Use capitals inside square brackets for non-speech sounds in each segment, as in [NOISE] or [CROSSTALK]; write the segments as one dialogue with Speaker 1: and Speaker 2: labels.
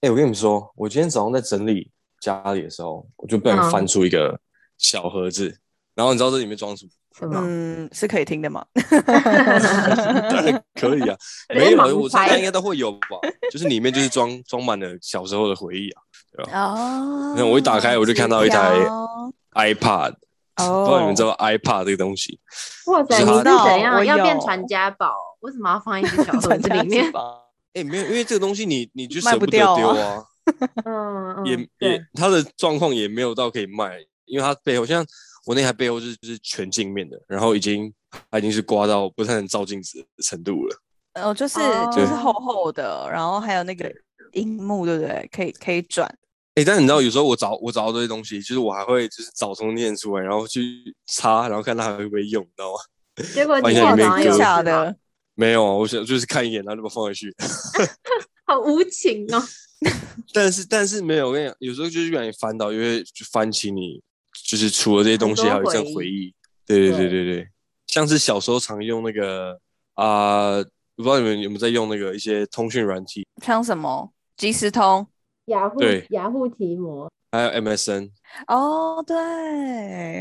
Speaker 1: 哎、我跟你们说，我今天早上在整理家里的时候，我就不小心
Speaker 2: 嗯
Speaker 1: 翻出一个小盒子，然后你知道这里面装什么？
Speaker 2: 什么？
Speaker 3: 嗯，是可以听的吗？ [LAUGHS]
Speaker 1: 当然可以啊，
Speaker 2: 有
Speaker 1: 没
Speaker 2: 点盲
Speaker 1: 有，我猜
Speaker 2: 猜
Speaker 1: 大家应该都会有吧，就是里面就是装装满了小时候的回忆啊。
Speaker 3: 哦
Speaker 1: 那我一打开我就看到一台 iPad，、不知道你们知
Speaker 3: 哦，
Speaker 1: 道 iPad 这个东西？
Speaker 2: 哇塞，
Speaker 1: 知
Speaker 2: 你
Speaker 1: 道
Speaker 2: 是怎样
Speaker 3: 我有
Speaker 2: 要变传家宝？为什么要放一 [LAUGHS] 只小盒
Speaker 3: 传
Speaker 2: 子
Speaker 3: 家
Speaker 2: 里面
Speaker 3: 之？宝
Speaker 1: 哎、没有，因为这个东西你你就
Speaker 3: 卖
Speaker 1: 舍
Speaker 3: 不
Speaker 1: 得丢
Speaker 3: 掉啊
Speaker 1: 啊，
Speaker 2: 嗯，嗯
Speaker 1: 也
Speaker 2: 对
Speaker 1: 也它的状况也没有到可以卖，因为它背后像我那台背后就是就是全镜面的，然后已经它已经是刮到不太能照镜子的程度了。
Speaker 3: 哦，就是就是厚厚的，然后还有那个荧幕，对不对？可以可以转，
Speaker 1: 哎、但是你知道，有时候我找我找到这些东西，就是我还会就是找充电出来，然后去擦，然后看它还会不会用，你知道吗？
Speaker 2: 结果
Speaker 1: 放
Speaker 2: 今
Speaker 1: 一下里
Speaker 2: 天
Speaker 1: 面
Speaker 2: 早上
Speaker 1: 就
Speaker 2: 有 [LAUGHS]
Speaker 1: 是
Speaker 2: 事
Speaker 3: 假
Speaker 2: 吗，
Speaker 3: 的，
Speaker 1: 没有啊，我想就是看一眼，然后就把它放回去。
Speaker 2: 好无情哦。
Speaker 1: 但是但是没有，我跟你讲，有时候就是让你翻到，因为就翻起你就是除了这些东西，
Speaker 2: 很多
Speaker 1: 还有一
Speaker 2: 回
Speaker 1: 阵
Speaker 2: 忆
Speaker 1: 回忆。对对对
Speaker 2: 对
Speaker 1: 对对，像是小时候常用那个啊、我不知道你们有没有在用那个一些通讯软体，
Speaker 3: 像什么即时通
Speaker 2: [LAUGHS] 雅虎
Speaker 1: 对
Speaker 2: 雅虎提摩，
Speaker 1: 还有 MSN。
Speaker 3: 哦，对，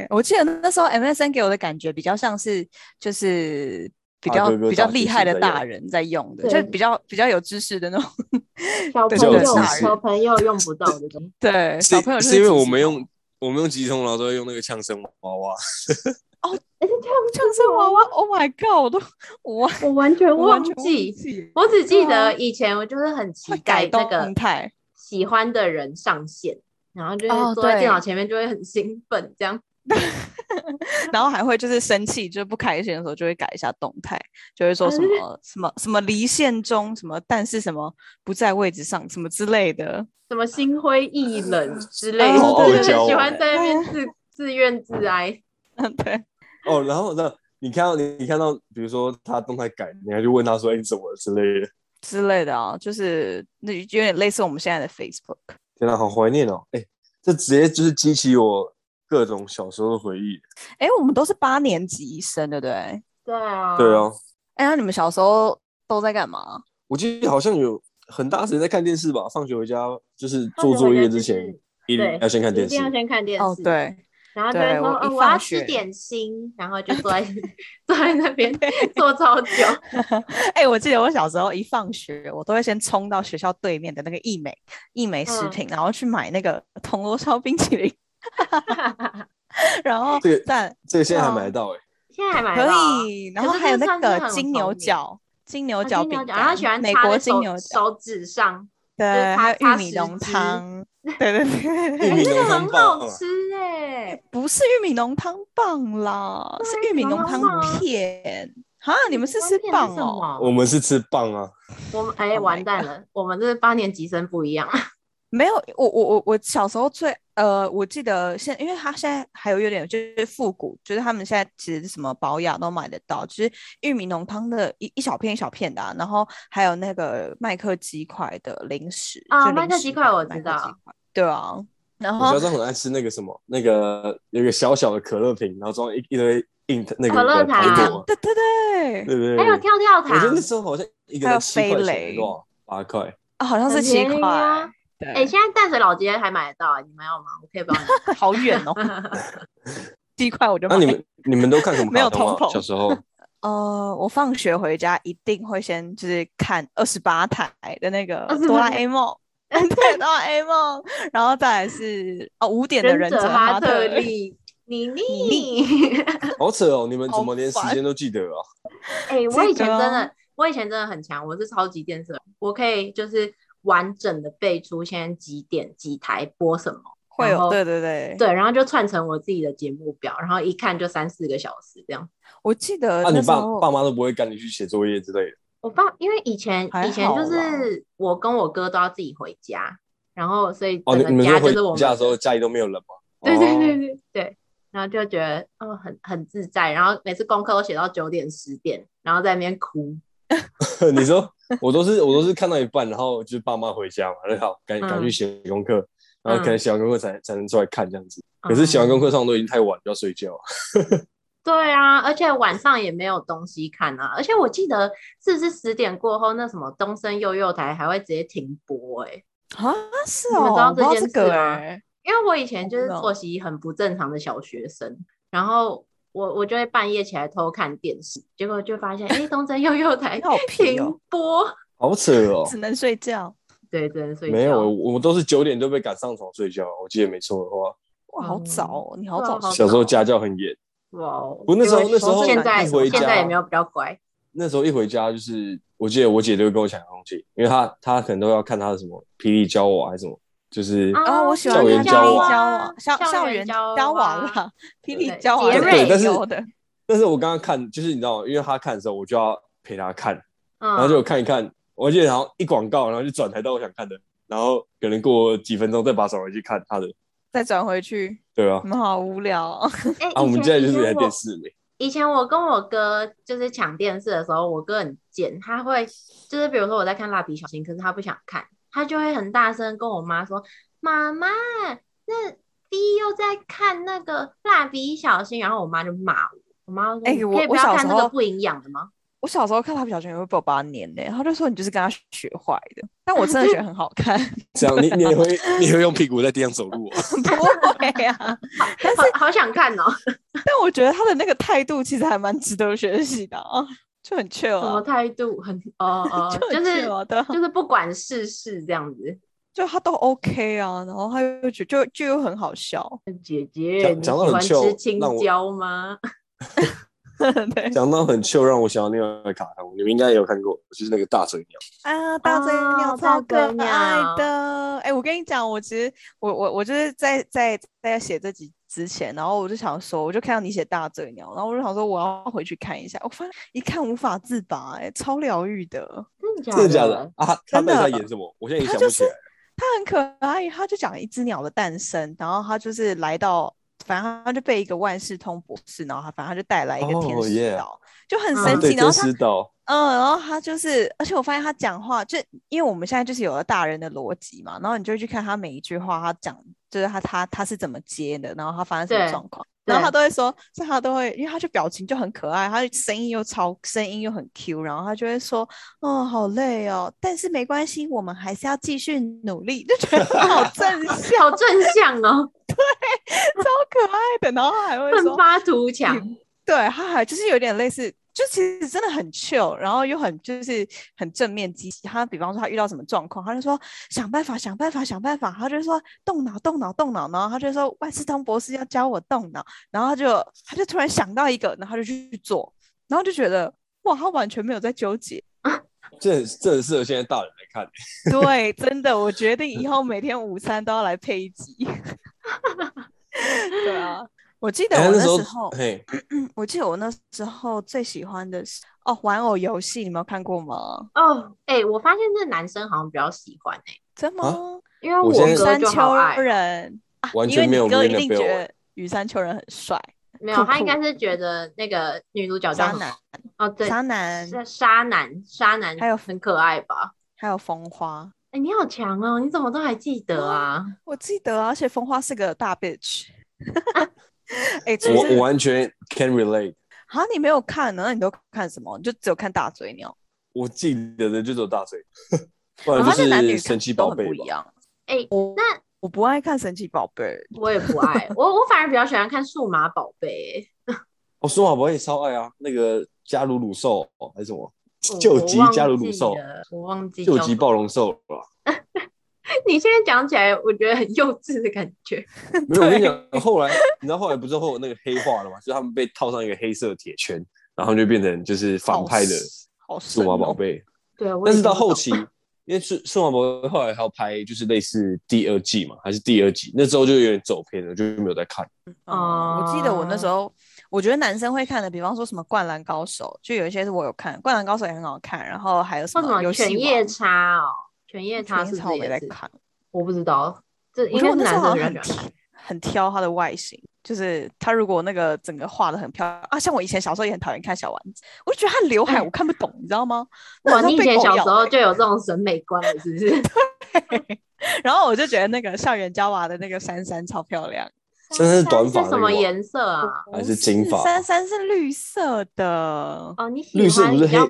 Speaker 3: 我记得那时候 MSN 给我的感觉比较像是就是比
Speaker 1: 啊
Speaker 3: 较、
Speaker 1: 对对
Speaker 3: 比较
Speaker 1: 大学
Speaker 3: 厉
Speaker 1: 生
Speaker 3: 害的
Speaker 1: 在
Speaker 3: 大
Speaker 1: 用
Speaker 3: 人在用的，
Speaker 2: 对
Speaker 3: 就比较比较有知识的那种，
Speaker 2: 小
Speaker 3: 对
Speaker 2: 朋
Speaker 1: 就有
Speaker 2: 友
Speaker 1: 知识
Speaker 2: 小朋友用不到的 [LAUGHS] 东西。
Speaker 3: 对，
Speaker 1: 是
Speaker 3: 哎小朋友就是
Speaker 1: 因为
Speaker 3: 即
Speaker 1: 我
Speaker 3: 时
Speaker 1: 们
Speaker 3: 通
Speaker 1: 用我们用集通，然后都会用那个呛声娃娃。
Speaker 2: 哎，这样
Speaker 3: 像是娃娃，Oh my God，我都我完
Speaker 2: 我完全
Speaker 3: 我完
Speaker 2: 忘
Speaker 3: 全
Speaker 2: 记，嗯
Speaker 3: 记
Speaker 2: 我只记
Speaker 3: 对啊
Speaker 2: 得以前我就是很期
Speaker 3: 会
Speaker 2: 待
Speaker 3: 改
Speaker 2: 那个
Speaker 3: 动态
Speaker 2: 喜欢的人上线，然后就
Speaker 3: 哦
Speaker 2: 是坐在电脑
Speaker 3: 对
Speaker 2: 前面就会很兴奋，这样
Speaker 3: [LAUGHS] 然后还会就是生气，就是不开心的时候就会改一下动态，就会说
Speaker 2: 啊
Speaker 3: 什
Speaker 2: 就是
Speaker 3: 么什么什么离线中，什么但是什么不在位置上，什么之类的。 [LAUGHS]
Speaker 2: 什么心灰意冷之类的，
Speaker 3: 哦
Speaker 2: 就
Speaker 3: 对
Speaker 2: 是
Speaker 1: 对
Speaker 2: 很喜
Speaker 1: 对
Speaker 2: 欢在那边自自怨自哀。
Speaker 3: 对，
Speaker 1: 哦，然后呢，你看到你你看到，比如说他动态改，你还去问他说：“哎、你怎么了？”之类的。
Speaker 3: 之类的啊，就是那有点类似我们现在的 Facebook。
Speaker 1: 天哪，好怀念哦！哎、这直接就是激起我各种小时候的回忆。
Speaker 3: 哎，我们都是八年级生，对不对？哎，
Speaker 2: 对啊，
Speaker 1: 对
Speaker 3: 嗯
Speaker 1: 啊，
Speaker 3: 那你们小时候都在干嘛？
Speaker 1: 我记得好像有很大时间在看电视吧，放学回家就是
Speaker 2: 放
Speaker 1: 做
Speaker 2: 学
Speaker 1: 作
Speaker 2: 回家
Speaker 1: 业
Speaker 2: 就
Speaker 1: 之前
Speaker 2: 是
Speaker 1: 一定
Speaker 2: 对
Speaker 1: 要先看
Speaker 2: 一
Speaker 1: 电视
Speaker 2: 定。要先看电视
Speaker 3: 哦，，对，
Speaker 2: 然后就
Speaker 3: 对
Speaker 2: 会说
Speaker 3: 我一
Speaker 2: 哦，我
Speaker 3: 放
Speaker 2: 要
Speaker 3: 学
Speaker 2: 吃点心，然后就坐在 [LAUGHS] 坐在那边坐超
Speaker 3: [LAUGHS]
Speaker 2: 久。
Speaker 3: 哎，我记得我小时候一放学，我都会先冲到学校对面的那个益美益美食
Speaker 2: 嗯
Speaker 3: 品，然后去买那个铜锣烧冰
Speaker 2: [LAUGHS]
Speaker 3: 淇淋，然后
Speaker 1: 这个
Speaker 3: 但
Speaker 1: 这个现在还
Speaker 2: 哦
Speaker 3: 对啊
Speaker 1: 买得到哎、
Speaker 2: 现在还买得
Speaker 3: 可
Speaker 2: 到啊
Speaker 3: 以，然
Speaker 2: 可
Speaker 3: 后
Speaker 2: 是
Speaker 3: 还有
Speaker 2: 这
Speaker 3: 那
Speaker 2: 算是
Speaker 3: 个
Speaker 2: 很
Speaker 3: 金牛
Speaker 2: 红的
Speaker 3: 角，金牛
Speaker 2: 哦
Speaker 3: 角
Speaker 2: 金
Speaker 3: 饼
Speaker 2: 牛角，
Speaker 3: 干，
Speaker 2: 然后喜欢
Speaker 3: 美
Speaker 2: 插
Speaker 3: 国
Speaker 2: 在
Speaker 3: 金
Speaker 2: 手
Speaker 3: 牛角，
Speaker 2: 手指上，
Speaker 3: 对，
Speaker 2: 插
Speaker 3: 还有
Speaker 2: 插
Speaker 3: 玉米
Speaker 2: 十
Speaker 3: 浓
Speaker 2: 只 [LAUGHS]
Speaker 3: 汤，对对对， [LAUGHS]
Speaker 1: 欸玉
Speaker 2: 哎
Speaker 1: 米
Speaker 2: 这
Speaker 1: 浓
Speaker 2: 个
Speaker 1: 汤
Speaker 2: 很
Speaker 1: 棒
Speaker 2: 好
Speaker 1: 啊
Speaker 2: 吃哎，
Speaker 3: 不是玉米浓汤棒啦，是
Speaker 2: 对
Speaker 3: 玉米
Speaker 2: 浓
Speaker 3: 浓
Speaker 2: 汤
Speaker 3: 汤
Speaker 2: 棒啊
Speaker 3: 片。哈，你们是
Speaker 2: 光
Speaker 3: 吃
Speaker 2: 片
Speaker 3: 棒
Speaker 2: 什
Speaker 3: 哦？
Speaker 2: 么
Speaker 1: 我们是吃棒啊，
Speaker 2: 我们哎
Speaker 3: Oh my
Speaker 2: 完蛋了，我们这八年级生不一样。
Speaker 3: 没有，我我我我小时候最呃，我记得现，因为他现在还有有点就是复古，就是他们现在其实什么保养都买得到，就是玉米浓汤的一一小片一小片的、啊，然后还有那个麦克鸡块的零食
Speaker 2: 啊
Speaker 3: 就
Speaker 2: 麦
Speaker 3: 零
Speaker 2: 克
Speaker 3: 食
Speaker 2: 鸡
Speaker 3: 版
Speaker 2: 块我
Speaker 3: 麦
Speaker 2: 知
Speaker 3: 克鸡
Speaker 2: 道
Speaker 3: 块对啊，然
Speaker 1: 我
Speaker 2: 哦
Speaker 3: 后
Speaker 1: 小时候很爱吃那个什么，那个有一个小小的可乐瓶，然后装一一堆硬那个
Speaker 2: 可乐
Speaker 1: 糖
Speaker 2: 糖
Speaker 1: 果，啊
Speaker 3: 对对
Speaker 1: 对 [LAUGHS]
Speaker 3: 对，
Speaker 1: 对对。
Speaker 2: 还有跳跳糖
Speaker 1: 我觉得那时候好像一个
Speaker 3: 还
Speaker 1: 才
Speaker 3: 有
Speaker 1: 七块钱，
Speaker 3: 飞雷
Speaker 1: 多少？八块。
Speaker 3: 啊好像
Speaker 2: 很
Speaker 3: 是七
Speaker 2: 便宜
Speaker 3: 块，
Speaker 2: 啊哎、
Speaker 3: 对，
Speaker 2: 现在淡水老街还买得到、啊你们要吗？我可以帮你。
Speaker 3: 好远
Speaker 2: [LAUGHS]
Speaker 3: 哦，七块我就
Speaker 1: 那、
Speaker 3: 买
Speaker 1: 啊你。们你们都看什么
Speaker 3: 哎没有
Speaker 1: 卡通
Speaker 3: 通
Speaker 1: 啊？
Speaker 3: 膨
Speaker 1: 小时
Speaker 3: [LAUGHS]
Speaker 1: 候
Speaker 3: 呃，我放学回家一定会先就是看二十八台的那个
Speaker 2: 28
Speaker 3: 哆啦
Speaker 2: 台 [LAUGHS]
Speaker 3: A 梦，对，哆啦 A 梦，然后再来是哦五点的忍者
Speaker 2: 哈
Speaker 3: 特
Speaker 2: 特，利，妮
Speaker 3: 妮
Speaker 2: 妮。
Speaker 1: 好扯哦，你们怎么连时
Speaker 3: 好烦
Speaker 1: 间都记得啊？
Speaker 2: 哎、我以前真
Speaker 3: 这个
Speaker 2: 的，我以前真的很强，我是超级电视人，我可以就是完整的背出现在几点几台播什么，
Speaker 3: 会
Speaker 2: 然
Speaker 3: 有
Speaker 2: 后
Speaker 3: 对对对，
Speaker 2: 对，然后就串成我自己的节目表，然后一看就三四个小时这样。
Speaker 3: 我记
Speaker 1: 那、
Speaker 3: 得那
Speaker 1: 啊你
Speaker 3: 时
Speaker 1: 爸
Speaker 3: 候
Speaker 1: 爸妈都不会赶你去写作业之类的？
Speaker 2: 我爸因为以前
Speaker 3: 还
Speaker 2: 以前就
Speaker 3: 好啦
Speaker 2: 是我跟我哥都要自己回家，然后所以
Speaker 1: 哦，
Speaker 2: 整
Speaker 1: 你你们
Speaker 2: 个
Speaker 1: 说
Speaker 2: 家就
Speaker 1: 回
Speaker 2: 是我们
Speaker 1: 家的
Speaker 2: 的
Speaker 1: 时候家里都没有人吗？
Speaker 2: [LAUGHS] 对对对
Speaker 1: 哦，
Speaker 2: 对对，然后就觉得哦很很自在，然后每次功课都写到九点十点，然后在那边哭，
Speaker 1: [LAUGHS] 你
Speaker 2: [LAUGHS]
Speaker 1: 说我都是我都是看到一半，然后就是爸妈回家嘛，然后好
Speaker 2: 嗯
Speaker 1: 赶赶去写功课，然后可能写完功课才才能出来看这样子。可
Speaker 2: 嗯
Speaker 1: 是写完功课通常都已经太晚，就要睡觉。
Speaker 2: 对啊，而且晚上也没有东西看啊，而且我记得是不是十点过后那什么东森幼幼台还会直接停播哎、
Speaker 3: 啊，是
Speaker 2: 你
Speaker 3: 哦，
Speaker 2: 们知道
Speaker 3: 我不知道
Speaker 2: 这件
Speaker 3: 这
Speaker 2: 事
Speaker 3: 个
Speaker 2: 吗
Speaker 3: 哎，
Speaker 2: 因为我以前就是
Speaker 3: 我不知道
Speaker 2: 作息很不正常的小学生，然后我我就会半夜起来偷看电视，结果就发现哎、诶东森幼幼台 [LAUGHS]
Speaker 3: 你好皮
Speaker 2: 停
Speaker 3: 哦，
Speaker 2: 播，
Speaker 1: 好扯哦
Speaker 3: 只。能睡觉，
Speaker 2: 对，真的睡
Speaker 1: 没有，欸
Speaker 2: 觉
Speaker 1: 我我都是九点就被赶上床睡觉，我记得没错的话，
Speaker 3: 哇，好
Speaker 2: 嗯
Speaker 3: 早哦，你好
Speaker 2: 对啊
Speaker 3: 早
Speaker 2: 好
Speaker 3: 睡，
Speaker 1: 小时候家教很严，
Speaker 2: 哇哦，
Speaker 1: 我那时候
Speaker 2: 因为
Speaker 1: 那时候
Speaker 2: 现在
Speaker 1: 一回
Speaker 2: 现
Speaker 1: 家
Speaker 2: 在也没有比较乖，
Speaker 1: 那时候一回家就是，我记得我姐都会跟我抢东西，因为她她可能都要看她的什么霹雳娇娃还是什么，就是、
Speaker 2: 啊
Speaker 3: 哦，我喜欢
Speaker 1: 校园
Speaker 3: 看霹雳
Speaker 1: 交
Speaker 3: 交
Speaker 2: 往
Speaker 3: 往，校
Speaker 2: 校
Speaker 3: 校
Speaker 2: 园
Speaker 3: 园
Speaker 2: 交
Speaker 3: 交往
Speaker 2: 往
Speaker 3: 啦，霹雳
Speaker 2: 对
Speaker 3: 交往
Speaker 2: 杰
Speaker 3: 是
Speaker 2: 瑞
Speaker 1: 对但是
Speaker 3: 有的，
Speaker 1: 但是我刚刚看就是你知道吗？因为她看的时候，我就要陪她看，
Speaker 2: 然
Speaker 3: 嗯
Speaker 1: 然后就看一看，我记得然后一广告，然后就转台到我想看的，然后可能过几分钟再把手回去看她的，
Speaker 3: 再转回去，
Speaker 1: 对啊
Speaker 3: [LAUGHS] 你，们好无聊哦，
Speaker 2: 哎、
Speaker 1: 啊，我们
Speaker 2: 以前
Speaker 1: 现在就是在
Speaker 2: 以前我
Speaker 1: 电视里，
Speaker 2: 以前我跟我哥就是抢电视的时候，我哥很贱，他会就是比如说我在看蜡笔小新，可是他不想看，他就会很大声跟我妈说：“妈妈，那 B 又在看那个蜡笔小新。”然后我妈就骂我，我妈就说：“
Speaker 3: 哎
Speaker 2: 你
Speaker 3: 我
Speaker 2: 可以不
Speaker 3: 我
Speaker 2: 要
Speaker 3: 小
Speaker 2: 看
Speaker 3: 时
Speaker 2: 那个
Speaker 3: 候
Speaker 2: 不营养的吗
Speaker 3: 我小时候看蜡笔小新也会被我爸念呢，他就说你就是跟他学坏的，但我真的觉得很好 [LAUGHS] 看，
Speaker 1: 这样你你
Speaker 3: [LAUGHS]
Speaker 1: 也会你也会用屁股在地上走路、哦， [LAUGHS]
Speaker 3: 不会啊，？” [LAUGHS] 但是
Speaker 2: 好好想看
Speaker 3: [LAUGHS]
Speaker 2: 哦，
Speaker 3: 但我觉得他的那个态度其实还蛮值得学习的啊，就很 chill
Speaker 2: 什么
Speaker 3: 啊，
Speaker 2: 态度很
Speaker 3: [LAUGHS]
Speaker 2: 哦哦，
Speaker 3: 就
Speaker 2: 就
Speaker 3: 很
Speaker 2: 是
Speaker 3: chill 啊，对啊，
Speaker 2: 就是不管世事这样子。
Speaker 3: 就他都 OK 啊，然后他又觉就就又很好笑，
Speaker 2: 姐姐，
Speaker 1: 讲
Speaker 2: 你喜
Speaker 1: 讲到很
Speaker 2: 欢
Speaker 1: 糗
Speaker 2: 吃青
Speaker 1: 让我
Speaker 2: 椒吗？
Speaker 3: [LAUGHS]
Speaker 2: [LAUGHS]
Speaker 3: 对
Speaker 1: 讲到很糗，让我想到另外一个卡通，你们应该也有看过，就是那个大嘴鸟。
Speaker 3: 啊，大嘴鸟
Speaker 2: 哦
Speaker 3: 超可
Speaker 2: 大嘴
Speaker 3: 爱
Speaker 2: 鸟
Speaker 3: 的。哎、我跟你讲，我其实我我我就是在在在写这集之前，然后我就想说，我就看到你写大嘴鸟，然后我就想说我要回去看一下。我发现一看无法自拔、哎，超疗愈的。
Speaker 1: 真
Speaker 2: 真
Speaker 1: 的假的？啊？他
Speaker 3: 真的
Speaker 1: 到底在演什么？我现在也
Speaker 3: 他
Speaker 1: 想
Speaker 3: 就
Speaker 1: 不起
Speaker 3: 是
Speaker 1: 来。
Speaker 3: 它很可爱，它就讲一只鸟的诞生，然后它就是来到，反正它就被一个万事通博士，然后它反正它就带来一个天
Speaker 1: 哦
Speaker 3: 使
Speaker 1: 耶
Speaker 3: 岛就很
Speaker 2: 嗯
Speaker 3: 神
Speaker 1: 啊对，
Speaker 3: 奇。然
Speaker 1: 真
Speaker 3: 后它
Speaker 1: 实岛
Speaker 3: 嗯，然后他就是，而且我发现他讲话，就因为我们现在就是有了大人的逻辑嘛，然后你就会去看他每一句话，他讲就是他他他是怎么接的，然后他发生什么
Speaker 2: 对
Speaker 3: 状况，然后他
Speaker 2: 对
Speaker 3: 都会说，所以他都会，因为他就表情就很可爱，他就声音又超声音又很 Q，然后他就会说，哦，好累哦，但是没关系，我们还是要继续努力，就觉得他好正
Speaker 2: [LAUGHS]
Speaker 3: 向，
Speaker 2: 好正向哦，
Speaker 3: [LAUGHS] 超可爱的，然后他还会
Speaker 2: 奋
Speaker 3: 说，
Speaker 2: 发图强。
Speaker 3: 对，他还就是有点类似，就其实真的很 chill，然后又很就是很正面积极。他比方说他遇到什么状况，他就说想办法，想办法，想办法。他就说动脑，动脑，动脑。然后他就说万斯通博士要教我动脑，然后他就他就突然想到一个，然后他就去做，然后就觉得哇，他完全没有在纠结。 [LAUGHS]
Speaker 1: 这很这很适合现在大人来看。
Speaker 3: 对，真的，我决定以后每天午餐都要来配一集。 [LAUGHS] 对啊，我记得
Speaker 1: 哎
Speaker 3: 我
Speaker 1: 那
Speaker 3: 那时
Speaker 1: 候
Speaker 3: 候。
Speaker 1: 嘿，
Speaker 3: 我记得我那时候最喜欢的是哦，玩偶游戏，你没有看过吗？
Speaker 2: 哦，哎、我发现这男生好像比较喜欢哎、
Speaker 3: 真吗？
Speaker 1: 啊
Speaker 2: 因为
Speaker 1: 我现
Speaker 2: 哥
Speaker 1: 在
Speaker 3: 山
Speaker 2: 就
Speaker 3: 丘
Speaker 2: 好爱，
Speaker 3: 人啊，
Speaker 1: 完
Speaker 3: 因
Speaker 1: 全
Speaker 3: 为
Speaker 1: 没有
Speaker 3: 你哥
Speaker 1: Marina
Speaker 3: 一定
Speaker 1: 被我
Speaker 3: 觉
Speaker 1: 玩
Speaker 3: 得羽山丘人很帅，
Speaker 2: 没有他
Speaker 3: 酷
Speaker 2: 应该是觉得那个女主角就
Speaker 3: 渣
Speaker 2: 很
Speaker 3: 男，
Speaker 2: 哦，对，
Speaker 3: 渣男，
Speaker 2: 是渣男，渣男
Speaker 3: 还有
Speaker 2: 很可爱吧？
Speaker 3: 还有风花，
Speaker 2: 哎、你好强哦，你怎么都还记得啊？
Speaker 3: 我记得啊，而且风花是个大 bitch。哎、其
Speaker 1: 我我
Speaker 3: 实
Speaker 1: 完全 can relate。
Speaker 3: 啊，你没有看呢，那你都看什么？你就只有看大嘴鸟，
Speaker 1: 我记得的就只有大
Speaker 2: [LAUGHS]
Speaker 1: 嘴，不
Speaker 3: 然
Speaker 1: 然
Speaker 3: 后
Speaker 1: 就
Speaker 3: 那男女
Speaker 1: 是
Speaker 3: 看
Speaker 1: 神奇
Speaker 3: 都
Speaker 1: 宝
Speaker 3: 很
Speaker 1: 贝
Speaker 3: 不一
Speaker 1: 吧。
Speaker 3: 样。
Speaker 2: 哎、
Speaker 3: 我
Speaker 2: 那
Speaker 3: 我不爱看神奇宝贝，
Speaker 2: 我也不爱，我我反而比较喜欢看数码宝贝欸、
Speaker 1: 哦，数码宝贝超爱啊，那个加鲁鲁兽哦还是什么
Speaker 2: 我
Speaker 1: 救
Speaker 2: 欸我
Speaker 1: 急
Speaker 2: 忘
Speaker 1: 加鲁鲁
Speaker 2: 记
Speaker 1: 兽，
Speaker 2: 了我忘记
Speaker 1: 救
Speaker 2: 叫
Speaker 1: 急
Speaker 2: 什么哎
Speaker 1: 暴龙兽了。
Speaker 2: 你现在讲起来，我觉得很幼稚的感觉。
Speaker 1: 没有，我跟你讲，后来你知道后来不是会有那个黑化了嘛？就是他们被套上一个黑色铁圈，然后他们就变成就是反
Speaker 3: 好
Speaker 1: 派的
Speaker 3: 深好
Speaker 1: 数
Speaker 3: 深
Speaker 1: 码
Speaker 3: 哦
Speaker 1: 宝贝。
Speaker 2: 对，我
Speaker 1: 但
Speaker 2: 也
Speaker 1: 是到
Speaker 2: 听不
Speaker 1: 后
Speaker 2: 懂
Speaker 1: 期，因为数数码宝贝后来还要拍就是类似第二季嘛，还是第二季，那时候就有点走偏了，就没有在看。
Speaker 3: 哦，我记得我那时候，我觉得男生会看的，比方说什么《灌篮高手》，就有一些是我有看，《灌篮高手》也很好看，然后还有什
Speaker 2: 为什
Speaker 3: 么
Speaker 2: 么
Speaker 3: 游戏
Speaker 2: 犬
Speaker 3: 王
Speaker 2: 夜叉哦？犬夜叉
Speaker 3: 全
Speaker 2: 是不
Speaker 3: 夜叉
Speaker 2: 是
Speaker 3: 我没
Speaker 2: 也
Speaker 3: 在
Speaker 2: 是？
Speaker 3: 看，
Speaker 2: 我不知道，这
Speaker 3: 我
Speaker 2: 应
Speaker 3: 觉
Speaker 2: 该
Speaker 3: 得我
Speaker 2: 是
Speaker 3: 那时
Speaker 2: 男
Speaker 3: 候好
Speaker 2: 生啊
Speaker 3: 像
Speaker 2: 比较
Speaker 3: 很
Speaker 2: 喜欢看
Speaker 3: 挑很挑它的外形，就是它如果那个整个画的很漂亮啊，像我以前小时候也很讨厌看小丸子，我就觉得它刘海
Speaker 2: 哎
Speaker 3: 我看不懂，你知道吗？那
Speaker 2: 哇，
Speaker 3: [LAUGHS] 很
Speaker 2: 你以
Speaker 3: 像被
Speaker 2: 前
Speaker 3: 狗
Speaker 2: 小
Speaker 3: 咬
Speaker 2: 时候
Speaker 3: 欸
Speaker 2: 就有这种审美观了，是不是？
Speaker 3: 然后我就觉得那个校园娇娃的那个珊珊超漂亮，
Speaker 1: [LAUGHS] 真的是短发
Speaker 2: 是
Speaker 1: 那
Speaker 2: 什
Speaker 1: 个
Speaker 2: 么
Speaker 1: 吗
Speaker 2: 颜色啊？
Speaker 1: 还
Speaker 3: 不
Speaker 1: 是金发
Speaker 3: 珊珊是绿色的，
Speaker 2: 哦，你喜
Speaker 1: 绿色
Speaker 2: 欢
Speaker 1: 不是
Speaker 2: 比较
Speaker 1: 黑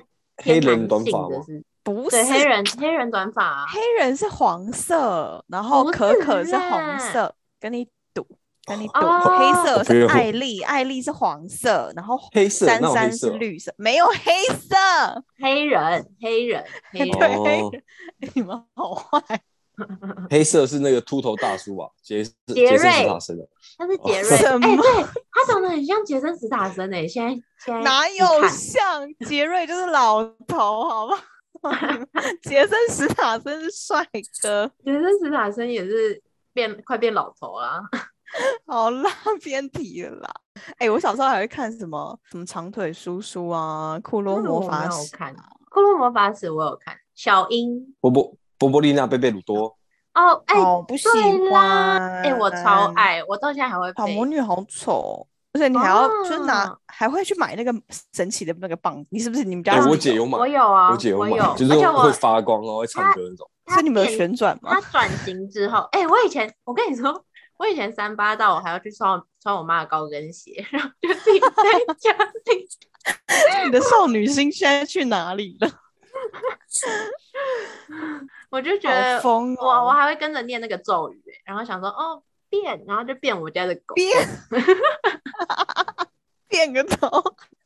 Speaker 1: 黑
Speaker 2: 偏
Speaker 1: 人
Speaker 2: 男
Speaker 1: 短
Speaker 2: 性
Speaker 1: 发
Speaker 2: 的
Speaker 1: 吗？
Speaker 2: 是？
Speaker 3: 不是
Speaker 2: 对，黑人黑人短发啊，
Speaker 3: [LAUGHS] 黑人是黄色，然后
Speaker 2: 不
Speaker 3: 可
Speaker 2: 哦是
Speaker 3: 可是红
Speaker 2: 啦
Speaker 3: 色，跟你赌，跟你赌，
Speaker 2: 哦
Speaker 3: 黑色
Speaker 1: 我不
Speaker 3: 是
Speaker 1: 用
Speaker 3: 艾丽，艾丽是黄色，然后
Speaker 1: 黑色
Speaker 3: 珊
Speaker 1: 那有黑
Speaker 3: 珊
Speaker 1: 色
Speaker 3: 是
Speaker 1: 哦
Speaker 3: 绿色，没有黑色，
Speaker 2: 黑人黑人黑人，
Speaker 3: [LAUGHS] 对
Speaker 1: 哦，
Speaker 3: 你们好坏，
Speaker 1: 黑色是那个秃头大叔吧？啊杰斯
Speaker 2: [LAUGHS] 杰
Speaker 1: 杰森
Speaker 2: 瑞
Speaker 1: 斯塔森的，
Speaker 2: [LAUGHS] 他是
Speaker 1: [LAUGHS]
Speaker 2: 杰瑞，
Speaker 3: 什
Speaker 2: 哎、
Speaker 3: 么
Speaker 2: 对他长得很像杰森·斯坦森诶、现在现在
Speaker 3: 哪
Speaker 2: 一
Speaker 3: 有
Speaker 2: 看
Speaker 3: 像杰瑞就是老头，好不好？ [LAUGHS] 杰森·史塔森是帅哥，
Speaker 2: 杰森·斯坦森也是变快变老头啊 [LAUGHS] 啦。
Speaker 3: 好啦， [LAUGHS] 偏题了啦。哎、我小时候还会看什么什么长腿叔叔啊，库洛
Speaker 2: 那
Speaker 3: 魔
Speaker 2: 我
Speaker 3: 法
Speaker 2: 没有
Speaker 3: 使
Speaker 2: 看《骷髅魔法使》，我有看小樱
Speaker 1: 波波波波丽娜贝贝鲁多，
Speaker 2: 哦，哎、
Speaker 3: 哦，不喜
Speaker 2: 对啦
Speaker 3: 欢。
Speaker 2: 哎、我超。爱，欸我到现在还会
Speaker 3: 小
Speaker 2: 背
Speaker 3: 魔女好丑，而且你还要就是拿
Speaker 2: 啊，
Speaker 3: 还会去买那个神奇的那个棒。你是不是你们家
Speaker 1: 哎
Speaker 3: 是？
Speaker 1: 我姐有买
Speaker 2: 我有啊，
Speaker 1: 我姐有
Speaker 2: 我
Speaker 1: 买，
Speaker 2: 有，
Speaker 1: 就是
Speaker 2: 而且我
Speaker 1: 会发光然后会唱歌那种。
Speaker 2: 它
Speaker 3: 是你们有
Speaker 2: 变
Speaker 3: 旋转吗
Speaker 2: 他？转型之后，哎、我以前我跟你说，我以前三八到我还要去穿我穿我妈的高跟鞋， [LAUGHS] 然后就自己在家里
Speaker 3: [LAUGHS] 你的少女心现在去哪里了？
Speaker 2: 我就觉
Speaker 3: 好
Speaker 2: 得我
Speaker 3: 疯
Speaker 2: 我
Speaker 3: 哦！
Speaker 2: 还会跟着念那个咒语、哎然后想说哦变，然后就变我家的狗，
Speaker 3: 哦变 [LAUGHS] 变个头，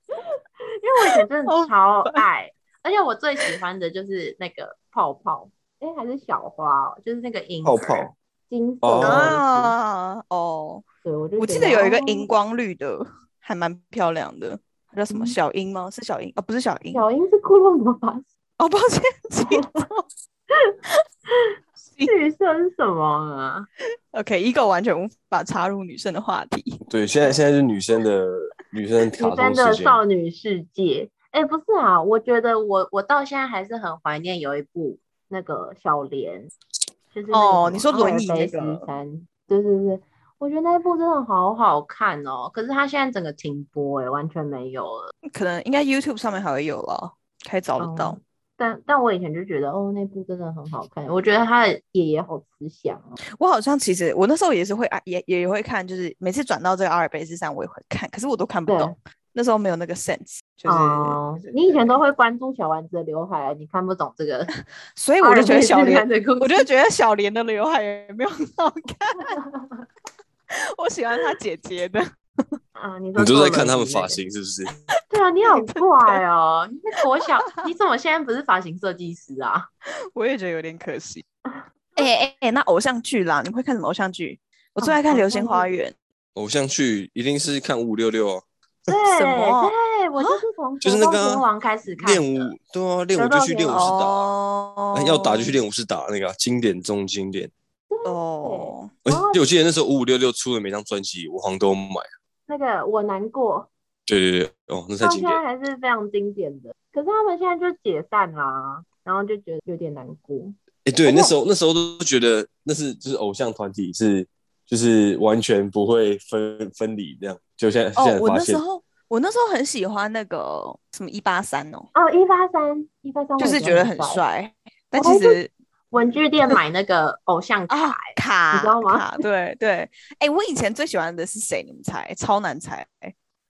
Speaker 2: 因为我以前真
Speaker 3: 好
Speaker 2: 的超爱，而且我最喜欢的就是那个泡泡，哎、还是小花哦，就是那个银
Speaker 1: 泡
Speaker 2: 儿
Speaker 1: 泡
Speaker 2: 金色
Speaker 1: 哦
Speaker 2: 的那只，
Speaker 3: 啊！哦，
Speaker 2: 对，我就
Speaker 3: 我记
Speaker 2: 觉
Speaker 3: 得有一个
Speaker 2: 哦
Speaker 3: 荧光绿的，还蛮漂亮的。它叫什么？
Speaker 2: 嗯
Speaker 3: 小樱吗？是小樱哦，不是小樱。
Speaker 2: 小樱是骷髅魔
Speaker 3: [LAUGHS]
Speaker 2: 法师，
Speaker 3: 哦，抱歉， [LAUGHS] 记
Speaker 2: [LAUGHS]
Speaker 3: 错
Speaker 2: 绿色是什么啊？
Speaker 3: OK，一个完全无法插入女生的话题。
Speaker 1: 对，现在现在是女生的女生卡
Speaker 2: 女生
Speaker 1: 通
Speaker 2: 的
Speaker 1: 时间，
Speaker 2: 少女世界。哎、不是啊，我觉得我我到现在还是很怀念有一部那个小莲，就是那个
Speaker 3: 哦
Speaker 2: 什么
Speaker 3: 你说轮椅
Speaker 2: 阿尔卑
Speaker 3: 那个
Speaker 2: 斯山对对对，我觉得那一部真的好好看哦。可是它现在整个停播、哎，完全没有了。
Speaker 3: 可能应该 YouTube 上面还会有了，可以找得到。
Speaker 2: 嗯但但我以前就觉得，哦，那部真的很好看。我觉得他的爷爷好慈祥哦。
Speaker 3: 我好像其实我那时候也是会啊，也也会看，就是每次转到这个阿尔卑斯山，我也会看，可是我都看不懂，那时候没有那个 sense，就是、
Speaker 2: 哦
Speaker 3: 对，
Speaker 2: 你以前
Speaker 3: 对
Speaker 2: 都会关注小丸子的刘海啊，你看不懂这个 [LAUGHS] 阿尔卑斯山的故事。
Speaker 3: 所以我就觉得小莲，我
Speaker 2: 我
Speaker 3: 就觉得小莲的刘海也没有很好看， [LAUGHS] 我喜欢她姐姐的，
Speaker 2: 啊，你说
Speaker 1: 你就在
Speaker 2: 做
Speaker 1: 看
Speaker 2: 轮
Speaker 1: 他们
Speaker 2: 椅那
Speaker 1: 发
Speaker 2: 个
Speaker 1: 型是不是？
Speaker 2: [LAUGHS] 对啊，你好
Speaker 3: 真的
Speaker 2: 怪哦！你是国小， [LAUGHS] 你怎么现在不是发型设计师啊？
Speaker 3: 我也觉得有点
Speaker 2: [LAUGHS]
Speaker 3: 可惜。哎哎哎，那偶像剧啦，你会看什么偶像剧？我最
Speaker 2: 哦
Speaker 3: 爱看《
Speaker 2: 偶
Speaker 3: 流
Speaker 2: 像
Speaker 3: 星
Speaker 2: 剧
Speaker 3: 花园》，
Speaker 1: 偶像剧一定是看五五六六啊，
Speaker 2: 对
Speaker 3: 什么
Speaker 2: 对，我就是从《
Speaker 1: 就是
Speaker 2: 绝
Speaker 1: 那
Speaker 2: 望
Speaker 1: 个啊
Speaker 2: 天王》开始看
Speaker 1: 练
Speaker 2: 的。
Speaker 1: 舞对啊，练
Speaker 2: 柔
Speaker 1: 舞就
Speaker 2: 道
Speaker 1: 去
Speaker 2: 天
Speaker 1: 练舞
Speaker 2: 王
Speaker 1: 室打啊，
Speaker 3: 哦
Speaker 1: 那要打就去练武士打那个啊经典中经典。
Speaker 3: 哦，
Speaker 1: 而
Speaker 2: 哦
Speaker 1: 且我记得那时候五五六六出的每张专辑，我好像都买。
Speaker 2: 那个我难过，
Speaker 1: 对对对，哦，那太
Speaker 2: 到
Speaker 1: 经
Speaker 2: 现
Speaker 1: 典
Speaker 2: 在。还是非常经典的。可是他们现在就解散啦，然后就觉得有点难过。
Speaker 1: 哎，对，
Speaker 2: 不
Speaker 1: 那
Speaker 2: 过
Speaker 1: 时候那时候都觉得那是就是偶像团体是就是完全不会分分离这样，就现在现
Speaker 3: 哦
Speaker 1: 在，
Speaker 3: 我
Speaker 1: 发
Speaker 3: 那时
Speaker 1: 现
Speaker 3: 候我那时候很喜欢那个什么一八三哦，
Speaker 2: 哦，一八三，一八三，
Speaker 3: 就是觉得很。帅，但
Speaker 2: 哦我
Speaker 3: 其
Speaker 2: 还是
Speaker 3: 实
Speaker 2: 文具店买那 [LAUGHS] 个偶像卡，
Speaker 3: 啊卡，
Speaker 2: 你知道吗
Speaker 3: 卡对对，哎，我以前最喜欢的是谁？你们猜，超难猜。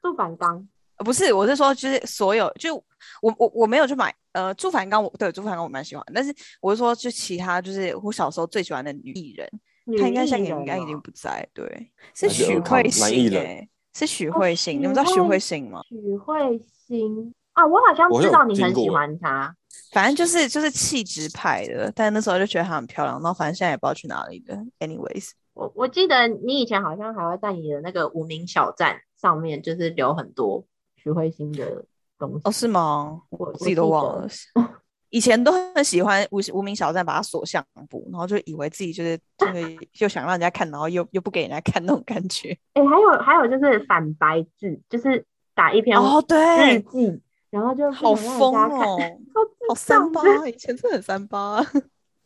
Speaker 2: 杜反刚，
Speaker 3: 呃不是，我是说，就是所有，就我我我没有去买，呃，朱凡刚我对朱凡刚我蛮喜欢，但是我是说，就其他就是我小时候最喜欢的女艺人，
Speaker 2: 女
Speaker 3: 她应该
Speaker 2: 艺
Speaker 3: 现在
Speaker 2: 人
Speaker 3: 应该已
Speaker 2: 哦
Speaker 3: 经不在，对，是
Speaker 1: 还是
Speaker 3: 许
Speaker 1: 尔康
Speaker 3: 慧
Speaker 1: 男艺
Speaker 3: 欣
Speaker 1: 人
Speaker 3: 哎，是许
Speaker 2: 哦
Speaker 3: 慧欣，你们知道
Speaker 2: 许
Speaker 3: 许慧
Speaker 2: 慧
Speaker 3: 欣吗？
Speaker 2: 许慧欣啊，我好像
Speaker 1: 我好
Speaker 2: 知
Speaker 1: 像有
Speaker 2: 道你
Speaker 1: 听
Speaker 2: 很喜
Speaker 1: 过
Speaker 2: 欢她。
Speaker 3: 反正就是就是气质派的，但那时候就觉得她很漂亮，然后反正现在也不知道去哪里了。Anyways，
Speaker 2: 我我记得你以前好像还会在你的那个无名小站上面，就是留很多徐慧欣的东西。
Speaker 3: 哦，是吗？
Speaker 2: 我
Speaker 3: 我自己都忘了。
Speaker 2: 我记得。
Speaker 3: 以前都很喜欢无无名小站，把它锁相簿，然后就以为自己就是就是又想让人家看，然后又又不给人家看那种感觉。
Speaker 2: 哎、还有还有就是反白字，就是打一篇
Speaker 3: 哦，
Speaker 2: 日
Speaker 3: 对，
Speaker 2: 记，然后就
Speaker 3: 好
Speaker 2: 不想让
Speaker 3: 疯
Speaker 2: 人家看
Speaker 3: 哦，
Speaker 2: 超 [LAUGHS] 智
Speaker 3: 好
Speaker 2: 障的
Speaker 3: 三八，以前真的很三八。
Speaker 2: [LAUGHS]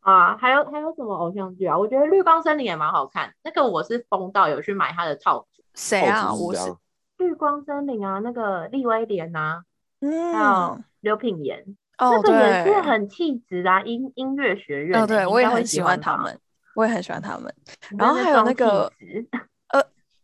Speaker 2: 啊！还有还有什么偶像剧啊？我觉得《绿光森林》也蛮好看，那个我是疯到有去买它的套组。
Speaker 3: 谁
Speaker 1: 哦
Speaker 3: 啊？
Speaker 1: 就是
Speaker 3: 我
Speaker 1: 这
Speaker 3: 是
Speaker 1: 样
Speaker 2: 《绿光森林》啊，那个利威廉啊，还有
Speaker 3: 嗯，
Speaker 2: 刘品言，
Speaker 3: 哦
Speaker 2: 啊那个也是
Speaker 3: 对，
Speaker 2: 很气质的啊，音音乐学院欸。
Speaker 3: 哦
Speaker 2: 你
Speaker 3: 对，我也
Speaker 2: 应该会
Speaker 3: 很喜欢
Speaker 2: 欢
Speaker 3: 他
Speaker 2: 吧
Speaker 3: 们，我也很喜欢他们。
Speaker 2: 你真
Speaker 3: 然后
Speaker 2: 的
Speaker 3: 还有
Speaker 2: 中
Speaker 3: 那
Speaker 2: 气
Speaker 3: 个
Speaker 2: 质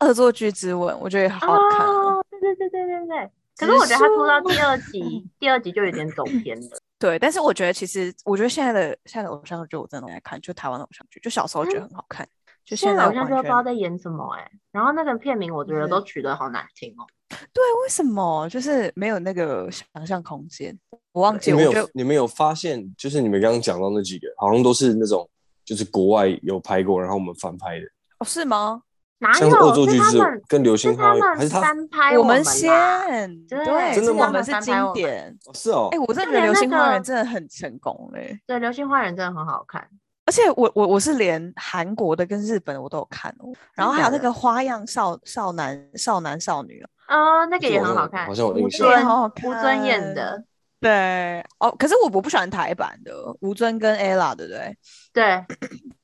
Speaker 3: 恶作剧之吻，我觉得也
Speaker 2: 啊
Speaker 3: 好好看哦。
Speaker 2: 哦，对对对对对对。可
Speaker 3: 植
Speaker 2: 是我觉得他出到
Speaker 3: 树 [LAUGHS]
Speaker 2: 第二集，第二集就有点走偏了。
Speaker 3: 对，但是我觉得其实，我觉得现在的现在的偶像剧我真的来看，就台湾的偶像剧，就小时候觉得很好看，就
Speaker 2: 嗯现在
Speaker 3: 在
Speaker 2: 好
Speaker 3: 完
Speaker 2: 像
Speaker 3: 全
Speaker 2: 就
Speaker 3: 嗯
Speaker 2: 不知道在演什么哎、然后那个片名我觉得
Speaker 3: 是
Speaker 2: 都取得好难听哦。
Speaker 3: 对，为什么就是没有那个想象空间？我忘记，
Speaker 1: 你
Speaker 3: 我
Speaker 1: 们
Speaker 3: 觉得
Speaker 1: 有你们有发现，就是你们刚刚讲到那几个，好像都是那种就是国外有拍过，然后我们翻拍的，
Speaker 3: 哦是吗？
Speaker 2: 哪
Speaker 1: 像是恶
Speaker 2: 有？
Speaker 1: 作
Speaker 2: 是
Speaker 1: 剧
Speaker 2: 他
Speaker 1: 之友
Speaker 2: 们
Speaker 1: 跟流
Speaker 2: 是
Speaker 1: 星
Speaker 2: 他
Speaker 1: 花园，还
Speaker 2: 们
Speaker 1: 是他
Speaker 2: 翻拍
Speaker 3: 我
Speaker 2: 们
Speaker 3: 们
Speaker 2: 啦
Speaker 3: 先
Speaker 2: 对
Speaker 3: 对，
Speaker 1: 真的
Speaker 3: 是
Speaker 1: 吗
Speaker 3: 我们是
Speaker 2: 翻拍我们
Speaker 3: 经典。
Speaker 1: 哦是哦
Speaker 3: 哎、，我真
Speaker 2: 就
Speaker 3: 的觉得《
Speaker 2: 连
Speaker 3: 流
Speaker 2: 那
Speaker 3: 星花
Speaker 2: 个
Speaker 3: 园》真的很成功嘞、
Speaker 2: 对，《流星花园》真的很好看。
Speaker 3: 而且我我我是连韩国的跟日本的我都有看哦，然后还有
Speaker 2: 假
Speaker 3: 那
Speaker 2: 的
Speaker 3: 个《花样少少男少男少女》哦
Speaker 2: 啊，那个
Speaker 1: 这
Speaker 2: 也
Speaker 1: 我
Speaker 2: 很
Speaker 1: 好
Speaker 2: 好看，
Speaker 1: 哦好像有
Speaker 2: 吴
Speaker 1: 印象
Speaker 2: 尊
Speaker 3: 也好好
Speaker 2: 吴尊演的，
Speaker 3: 对哦，可是我我不喜欢台版的吴尊跟 ella，对不对？
Speaker 2: 对，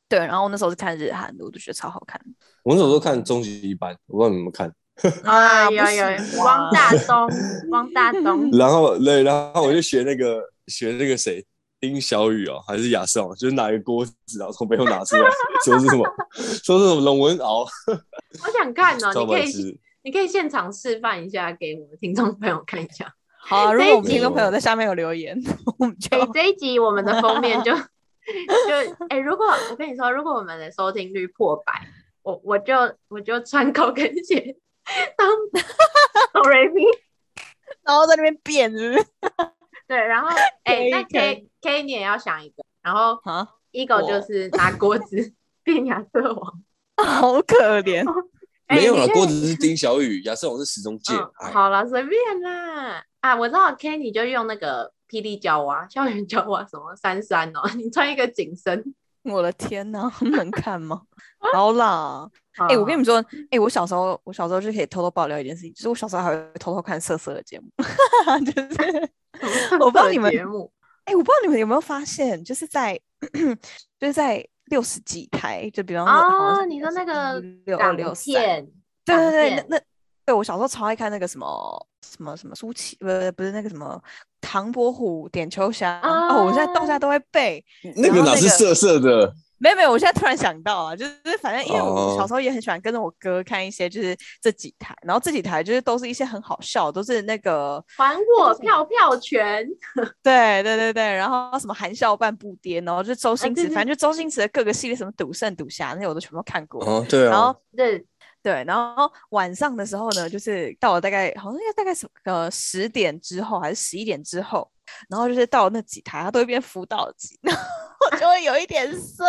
Speaker 3: 对，然后我那时候是看日韩的，我就觉得超好看。
Speaker 1: 我那时候都看终极一班，我不知道你们有没有看。
Speaker 2: 啊，
Speaker 3: 不
Speaker 2: 有有
Speaker 3: 行
Speaker 2: 汪
Speaker 3: 啊，
Speaker 2: 大东，汪大东
Speaker 3: [LAUGHS]
Speaker 2: [LAUGHS]
Speaker 1: 然后对，然后我就学那个学那个谁，丁小雨哦，还是亚瑟王，就是拿一个锅子，然后从背后拿
Speaker 2: [LAUGHS]
Speaker 1: 出来，说是什么，说是什么龙文敖，
Speaker 2: 我想看
Speaker 1: 超
Speaker 2: 哦，你可
Speaker 1: 白
Speaker 2: 以
Speaker 1: 痴。
Speaker 2: 你可以现场示范一下给我们听众朋友看一下。
Speaker 3: 好、啊，如
Speaker 2: 这
Speaker 3: 果
Speaker 2: 一
Speaker 3: 我们听众朋友
Speaker 1: 集
Speaker 3: 在下面有留言， [LAUGHS] 我们就
Speaker 2: 哎、 [LAUGHS] 这一集我们的封面 [LAUGHS] 就就哎、如果我跟你说，如果我们的收听率破百，我我就我就穿高跟鞋 [LAUGHS] 当 sorry
Speaker 3: 然后在那边变，是不是？
Speaker 2: [LAUGHS] 对，然后
Speaker 3: 可
Speaker 2: 哎、
Speaker 3: 以
Speaker 2: 那
Speaker 3: 可
Speaker 2: K K 你也要想一个，然后
Speaker 3: 啊，
Speaker 2: Eagle 就
Speaker 1: 我
Speaker 2: 是拿锅子变亚瑟王，
Speaker 3: [LAUGHS] 好可怜。 [LAUGHS]
Speaker 2: 哎
Speaker 1: 没有
Speaker 2: 你
Speaker 1: 了，
Speaker 2: 可以
Speaker 1: 锅子是丁小
Speaker 2: [LAUGHS]
Speaker 1: 雨，亚瑟王是石中介。
Speaker 2: 嗯，
Speaker 1: 哎
Speaker 2: 好了，随便啦。啊，我知道 K 你就用那个霹雳娇娃、校园娇娃什么三三哦，你穿一个紧身。
Speaker 3: 我的天呐，能看吗？好啦，
Speaker 2: 哎
Speaker 3: [LAUGHS] 哎、我跟你们说，哎、我小时候，我小时候就可以偷偷爆料一件事情，就是我小时候还会偷偷看色色的节目， [LAUGHS] 就是
Speaker 2: 们
Speaker 3: 我不知道你们
Speaker 2: 节目
Speaker 3: 哎、我不知道你们有没有发现，就是在 [CLEARS THROAT] 就是在六十几台，就比方说好像
Speaker 2: 哦，
Speaker 3: 是
Speaker 2: 你说那个
Speaker 3: 六二
Speaker 2: 港
Speaker 3: 六三，
Speaker 2: 片，
Speaker 3: 对
Speaker 2: 港
Speaker 3: 对对，
Speaker 2: 片
Speaker 3: 那那对我小时候超爱看那个什么什么什么舒淇，不是不是那个什么唐伯虎点秋香、哦，我现在到现
Speaker 2: 啊
Speaker 3: 在都会背。
Speaker 1: 那个
Speaker 3: 然后
Speaker 1: 哪
Speaker 3: 那
Speaker 1: 是
Speaker 3: 个
Speaker 1: 色色的？
Speaker 3: 没有没有，我现在突然想到啊，就是反正因为我
Speaker 1: 哦
Speaker 3: 小时候也很喜欢跟着我哥看一些就是这几台，然后这几台就是都是一些很好笑，都是那个
Speaker 2: 还我票票权，
Speaker 3: 对对对对，然后什么含笑半步癫，然后就
Speaker 1: 啊
Speaker 3: 周星
Speaker 2: 对
Speaker 3: 驰，
Speaker 2: 对
Speaker 3: 反正就周星驰的各个系列，什么赌圣、赌侠那些我都全部看过。
Speaker 1: 哦，对
Speaker 3: 然
Speaker 1: 啊
Speaker 3: 后，
Speaker 2: 对，
Speaker 3: 对，然后晚上的时候呢，就是到了大概好像应该大概是呃十点之后还是十一点之后，然后就是到了那几台，它都会变辅导级， [LAUGHS] 然后我就会有一
Speaker 2: [LAUGHS]
Speaker 3: 点色。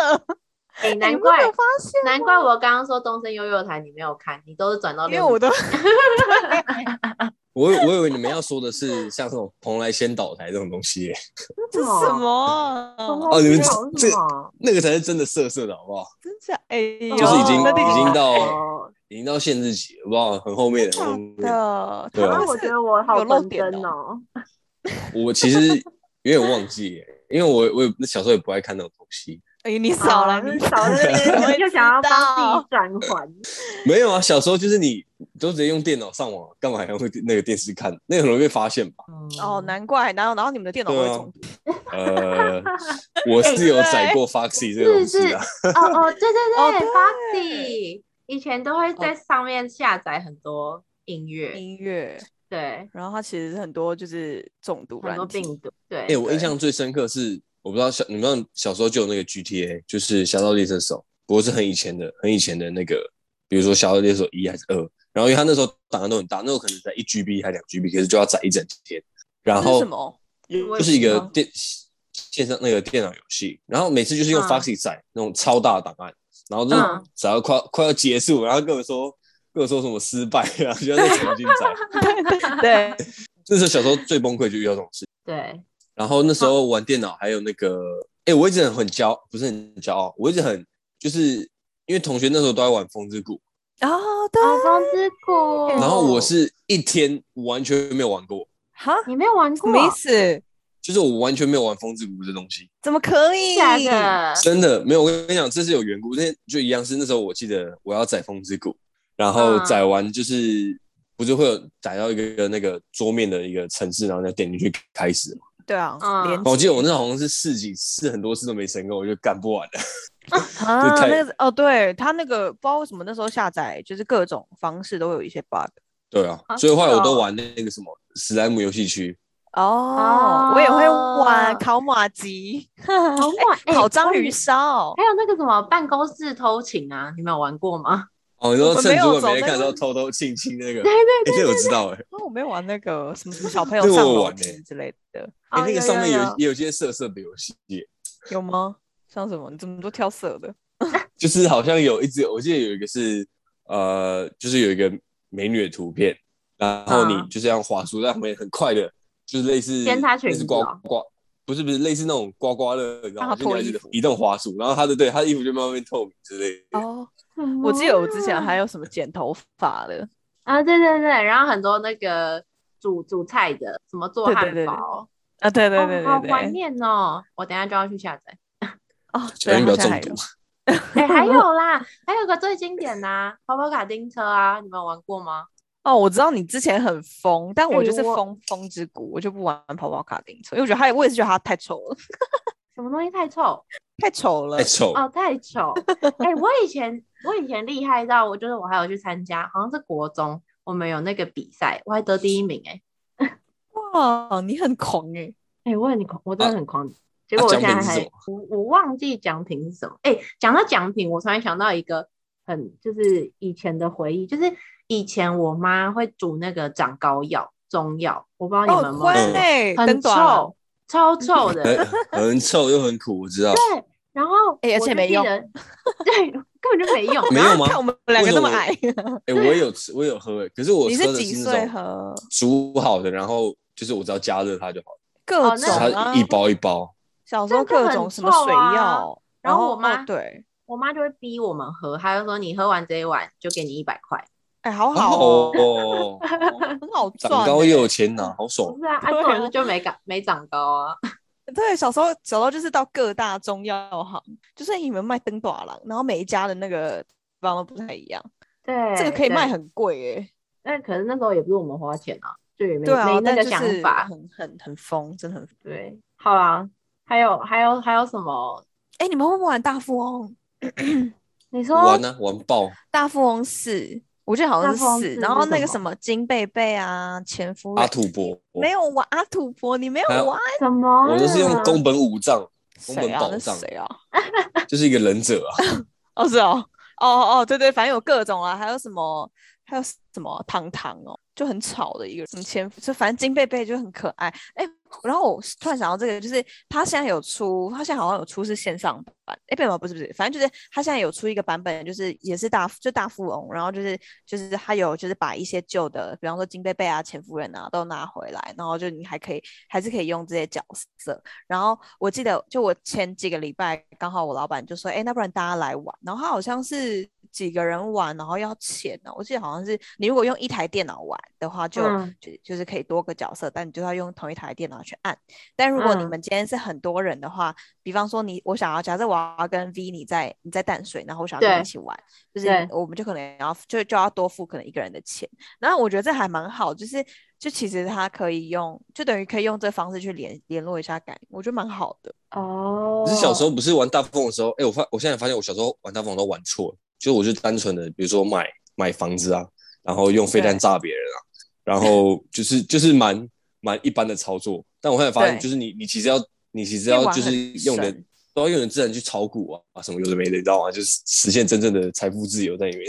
Speaker 2: 哎，
Speaker 3: 你
Speaker 2: 难
Speaker 3: 们
Speaker 2: 怪
Speaker 3: 有发现
Speaker 2: 难怪我刚刚说东森幼幼台你没有看，你都是转到
Speaker 3: 因为我
Speaker 2: 六，
Speaker 3: 都 [LAUGHS]
Speaker 2: [LAUGHS]
Speaker 1: 我以我以为你们要说的是像这种蓬莱仙岛台这种东西耶，
Speaker 3: 这是什么啊？
Speaker 1: 哦你们这
Speaker 2: 这
Speaker 1: 那个才是真的色色的，好不好？
Speaker 3: 真假？哎呦，
Speaker 1: 就是已经
Speaker 3: 那第
Speaker 1: 已
Speaker 3: 几
Speaker 1: 经
Speaker 3: 集
Speaker 1: 到
Speaker 2: 哦
Speaker 1: 已经到限制级了，好不好？很后面的，很后面
Speaker 3: 真的，
Speaker 1: 对啊
Speaker 3: 他
Speaker 2: 啊，
Speaker 3: 们
Speaker 2: 我觉
Speaker 3: 是
Speaker 2: 得我好
Speaker 3: 有漏
Speaker 2: 本
Speaker 3: 点
Speaker 2: 真
Speaker 3: 哦 [LAUGHS]
Speaker 2: 哦。
Speaker 1: 我其实有点忘记耶，因为我我也小时候也不爱看那种东西。
Speaker 3: 哎，你少
Speaker 2: 啊
Speaker 3: 了，你
Speaker 2: 少
Speaker 3: [LAUGHS]
Speaker 2: 了那
Speaker 3: 怎么
Speaker 2: 个，
Speaker 3: 会
Speaker 2: 就
Speaker 3: 知
Speaker 2: 想要帮自
Speaker 3: 道
Speaker 2: 己转环。
Speaker 1: [LAUGHS] 没有啊，小时候就是你都直接用电脑上网，干嘛还用那个电视看？那个很容易被发现
Speaker 3: [LAUGHS]
Speaker 1: 吧？
Speaker 3: 哦，难怪，然后然后你们的电脑
Speaker 1: 对
Speaker 3: 会
Speaker 1: 啊
Speaker 3: 中毒，
Speaker 1: 呃，我
Speaker 3: 哎
Speaker 1: 是有载过 Foxy 这个东西啊，
Speaker 2: 哦哦，对对
Speaker 3: 哦
Speaker 2: 对
Speaker 3: 对
Speaker 2: f o x y 以前都会在上面下载很多音乐，
Speaker 3: 音乐，
Speaker 2: 对，
Speaker 3: 然后它其实是很多就是中毒
Speaker 2: 很
Speaker 3: 软
Speaker 2: 多
Speaker 3: 体，
Speaker 2: 病毒，对
Speaker 1: 哎、，我印象最深刻是，我不知道小你们知道小时候就有那个 GTA，就是《侠盗猎车手》，不过是很以前的，很以前的那个，比如说《侠盗猎车手一》还是二，然后因为他那时候档案都很大，那时候可能才一 GB 还两 GB，可是就要载一整天，然
Speaker 3: 这是
Speaker 1: 后
Speaker 3: 什么？
Speaker 2: 我
Speaker 1: 就是一个
Speaker 3: 嗯
Speaker 1: 电线上那个电脑游戏，然后每次就是用
Speaker 2: 嗯
Speaker 1: Foxy 载、那种超大的档案，然后就是
Speaker 2: 嗯
Speaker 1: 载到快、快要结束，然后跟我说跟我说什么失败，然 [LAUGHS] 后就要再重新
Speaker 2: [LAUGHS]
Speaker 1: 载。
Speaker 3: 对，
Speaker 1: 那时候小时候最崩溃就遇到这种事。
Speaker 2: 对，
Speaker 1: 然后那时候
Speaker 2: 嗯
Speaker 1: 玩电脑还有那个，哎、我一直很骄，不是很骄傲，我一直很就是因为同学那时候都在玩《风之谷》，
Speaker 3: [LAUGHS] 哦，对，
Speaker 2: 哦，风之谷，
Speaker 1: 然后我是一天完全没有玩过，
Speaker 3: 哈，
Speaker 2: 你没有玩
Speaker 3: 什
Speaker 2: 过，啊
Speaker 3: 么意思？
Speaker 1: 就是我完全没有玩《风之谷》这东西。
Speaker 3: 怎么可以？
Speaker 2: 假的？
Speaker 1: 真的没有，我跟你讲，这是有缘故。那就一样是那时候，我记得我要载风之谷，然后
Speaker 2: 嗯
Speaker 1: 载完就是、不是会有载到一个那个桌面的一个城市，然后再点进去开始嘛。
Speaker 3: 对啊，
Speaker 2: 嗯
Speaker 3: 连
Speaker 1: 我记得我那好像是试几次，很多次都没成功，我就干不完了。
Speaker 3: 啊，
Speaker 1: 太
Speaker 3: 那个哦，对他那个不知道为什么那时候下载就是各种方式都有一些 bug。
Speaker 1: 对啊
Speaker 2: 啊，
Speaker 1: 所以后来
Speaker 2: 是哦
Speaker 1: 我都玩那个什么史莱姆游戏区，
Speaker 3: 哦，我也会玩
Speaker 2: 哦
Speaker 3: 烤马吉，
Speaker 2: 好晚，哎
Speaker 3: [LAUGHS] 烤章
Speaker 2: 关于
Speaker 3: 鱼烧。哦
Speaker 2: 还有那个什么办公室偷情啊，你们有玩过吗？ [LAUGHS]
Speaker 1: 哦，你说
Speaker 3: 我
Speaker 1: 趁
Speaker 3: 没有
Speaker 1: 主管
Speaker 3: 走
Speaker 1: 没人
Speaker 3: 那
Speaker 1: 看的时
Speaker 3: 个
Speaker 1: 候偷偷亲亲那个，
Speaker 2: 对
Speaker 1: 哎，这个我知道哎，
Speaker 3: 哦，我没有玩那个什么什么小朋友
Speaker 1: 这个
Speaker 3: 上
Speaker 1: 我
Speaker 3: 楼
Speaker 1: 玩欸
Speaker 3: 梯之类的，
Speaker 1: 哎
Speaker 2: 哦，
Speaker 1: 那个上面
Speaker 2: 有
Speaker 1: 有也有一些色色的游戏，
Speaker 3: 有吗？像什么？你怎么都挑色的？
Speaker 1: 就是好像有一直我记得有一个是呃，就是有一个美女的图片，然后你
Speaker 2: 啊
Speaker 1: 就这样滑出，但后面很快的，就是类似
Speaker 2: 偏差裙
Speaker 1: 类似
Speaker 2: 子
Speaker 1: 刮
Speaker 2: 哦
Speaker 1: 刮。不是不是，类似那种刮刮乐，你知道
Speaker 3: 让
Speaker 1: 吗？
Speaker 3: 它
Speaker 1: 就
Speaker 3: 脱
Speaker 1: 你还
Speaker 3: 衣
Speaker 1: 是
Speaker 3: 服
Speaker 1: 移动滑鼠，然后他的对他的衣服就慢慢变透明之类的。
Speaker 3: 哦，
Speaker 2: 有
Speaker 3: 我记得我之前还有什么剪头发的，
Speaker 2: 啊，对对对，然后很多那个煮煮菜的，什么做
Speaker 3: 对对
Speaker 2: 汉
Speaker 3: 对对
Speaker 2: 堡，
Speaker 3: 啊，对对对
Speaker 2: 哦，好
Speaker 3: 对
Speaker 2: 怀
Speaker 3: 对，
Speaker 2: 念哦！我等一下就要去下载。
Speaker 3: 哦，
Speaker 1: 小
Speaker 3: 对，
Speaker 1: 心
Speaker 3: 好
Speaker 1: 不要
Speaker 3: 像
Speaker 1: 中
Speaker 3: 还
Speaker 1: 毒
Speaker 3: 有。
Speaker 2: 哎，还有啦，还有个最经典的啊跑跑卡丁车啊，你们有玩过吗？
Speaker 3: 哦，我知道你之前很疯，但我
Speaker 2: 哎
Speaker 3: 就是
Speaker 2: 我
Speaker 3: 疯疯之谷，我就不玩跑跑卡丁车，因为我觉得它，我也是觉得它太丑了，
Speaker 2: 什么东西太臭
Speaker 3: 太丑了
Speaker 1: 太。丑。
Speaker 2: 哦，太丑！哎，我以前我以前厉害到我就是我还有去参加，好像是国中，我们有那个比赛，我还得第一名哎、
Speaker 3: 哇，你很狂哎、
Speaker 2: 哎、我很狂，我真的很狂。结
Speaker 1: 啊
Speaker 2: 果我
Speaker 1: 奖
Speaker 2: 现在
Speaker 1: 品是什
Speaker 2: 还
Speaker 1: 么
Speaker 2: 我我忘记奖品是什么。哎、讲到奖品，我突然想到一个很就是以前的回忆，就是以前我妈会煮那个长高药中药，我不知道你们有
Speaker 3: 哦，
Speaker 2: 没有吃，
Speaker 1: 嗯
Speaker 3: 乖哎、
Speaker 2: 很
Speaker 3: 灯短了
Speaker 2: 臭，超臭的。 [LAUGHS]
Speaker 1: 很很臭又很苦，我知道。
Speaker 2: 然后
Speaker 3: 哎而
Speaker 2: 我
Speaker 3: 且
Speaker 2: 就
Speaker 3: 没
Speaker 2: 记
Speaker 3: 用
Speaker 2: 得， [LAUGHS] 对，根本就没 [LAUGHS] 用。
Speaker 1: 没有吗
Speaker 3: 看我们两个
Speaker 1: 为什
Speaker 3: 那
Speaker 1: 么
Speaker 3: 么矮，
Speaker 1: 哎、我也有吃，我也有喝、欸，可是我
Speaker 3: 你
Speaker 1: 喝
Speaker 3: 是
Speaker 1: 的
Speaker 3: 几
Speaker 1: 是
Speaker 3: 岁
Speaker 1: 那种
Speaker 3: 喝？
Speaker 1: 煮好的，然后就是我只要加热它就好了，
Speaker 3: 各
Speaker 2: 哦那
Speaker 3: 种
Speaker 1: 就是
Speaker 3: 啊
Speaker 1: 它，一包一包。
Speaker 3: 小时候
Speaker 2: 真的
Speaker 3: 各
Speaker 2: 很
Speaker 3: 种什么
Speaker 2: 臭
Speaker 3: 水
Speaker 2: 啊
Speaker 3: 药，
Speaker 2: 然后我
Speaker 3: 哦
Speaker 2: 妈
Speaker 3: 对，
Speaker 2: 我妈就会逼我们喝，她就说你喝完这一碗就给你一百块。
Speaker 3: 哎、好好哦，
Speaker 1: 哦，
Speaker 3: 很好
Speaker 1: 长
Speaker 3: 赚、欸。
Speaker 1: 高又有钱拿，好爽
Speaker 2: 不。是啊，啊，
Speaker 3: 对啊
Speaker 2: 重点是就没长没长高啊。
Speaker 3: 对，小时候小时候就是到各大中药行，就是你们卖灯短郎，然后每一家的那个地方都不太一样，
Speaker 2: 对，
Speaker 3: 这个可以
Speaker 2: 对
Speaker 3: 卖，很贵哎、
Speaker 2: 但可是那时候也不是我们花钱啊，就也没
Speaker 3: 对啊
Speaker 2: 没，那
Speaker 3: 但
Speaker 2: 个
Speaker 3: 就是
Speaker 2: 想法。
Speaker 3: 很很很疯，真的很疯。
Speaker 2: 对，好啦，还有还有还有什么？
Speaker 3: 哎、你们会不会玩大富翁？
Speaker 2: 你说
Speaker 1: 玩呢、玩爆！
Speaker 3: 大富翁四，我记得好像
Speaker 2: 大富翁
Speaker 3: 是
Speaker 2: 四
Speaker 3: 四，然后
Speaker 2: 是
Speaker 3: 那
Speaker 2: 什
Speaker 3: 个
Speaker 2: 么
Speaker 3: 什么金贝贝啊、前夫
Speaker 1: 阿
Speaker 3: 人
Speaker 1: 土伯，
Speaker 3: 没有玩阿土伯，你没有
Speaker 1: 还有
Speaker 3: 玩
Speaker 2: 什么啊？
Speaker 1: 我都是用宫本武
Speaker 3: [LAUGHS]
Speaker 1: 藏，宫
Speaker 3: 谁
Speaker 1: 本
Speaker 3: 啊？
Speaker 1: 宝
Speaker 3: 那
Speaker 1: 藏，
Speaker 3: 谁啊？
Speaker 1: 就是一个忍者啊。
Speaker 3: 哦，是哦，哦哦，对对，反正有各种啊，还有什么，还有什么糖糖哦，就很吵的一个什么前夫，就反正金贝贝就很可爱。哎，然后我突然想到这个，就是他现在有出，他现在好像有出是线上版，哎，不不不是不是，反正就是他现在有出一个版本，就是也是大就大富翁，然后就是就是他有就是把一些旧的，比方说金贝贝啊、前夫人啊都拿回来，然后就你还可以还是可以用这些角色，然后我记得，就我前几个礼拜刚好我老板就说，哎，那不然大家来玩。然后他好像是几个人玩，然后要钱呢、我记得好像是你如果用一台电脑玩的话就，
Speaker 2: 嗯
Speaker 3: 就就是可以多个角色，但你就要用同一台电脑去按。但如果你
Speaker 2: 嗯
Speaker 3: 们今天是很多人的话，比方说你我想要，假设我要跟 V 你在你在淡水，然后我想要跟你
Speaker 2: 对
Speaker 3: 一起玩，就是
Speaker 2: 对
Speaker 3: 我们就可能要就就要多付可能一个人的钱。然后我觉得这还蛮好，就是就其实他可以用，就等于可以用这方式去联联络一下感，我觉得蛮好的。
Speaker 2: 哦，
Speaker 1: 可是小时候不是玩大富翁的时候，哎、我发我现在发现我小时候玩大富翁都玩错了，就是我就单纯的，比如说买买房子啊，然后用飞弹
Speaker 3: 对
Speaker 1: 炸别人啊，然后就是就是蛮蛮一般的操作。但我后来发现，
Speaker 3: 对
Speaker 1: 就是你你其实要你其实
Speaker 3: 可以
Speaker 1: 要
Speaker 3: 玩
Speaker 1: 就是
Speaker 3: 很
Speaker 1: 用的
Speaker 3: 深
Speaker 1: 都要用你的自然去炒股啊啊什么有的没的，你知道吗？就是实现真正的财富自由在里面。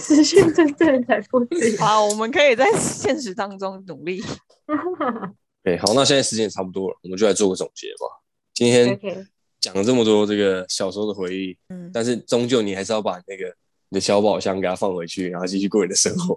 Speaker 2: 资讯真正才不自由。
Speaker 3: 好，我们可以在现实当中努力。
Speaker 1: 对，哎好，那现在时间也差不多了，我们就来做个总结吧。今天
Speaker 2: OK
Speaker 1: 讲了这么多这个小时候的回忆，
Speaker 3: 嗯，
Speaker 1: 但是终究你还是要把那个你的小宝箱给它放回去，然后继续过你的生活。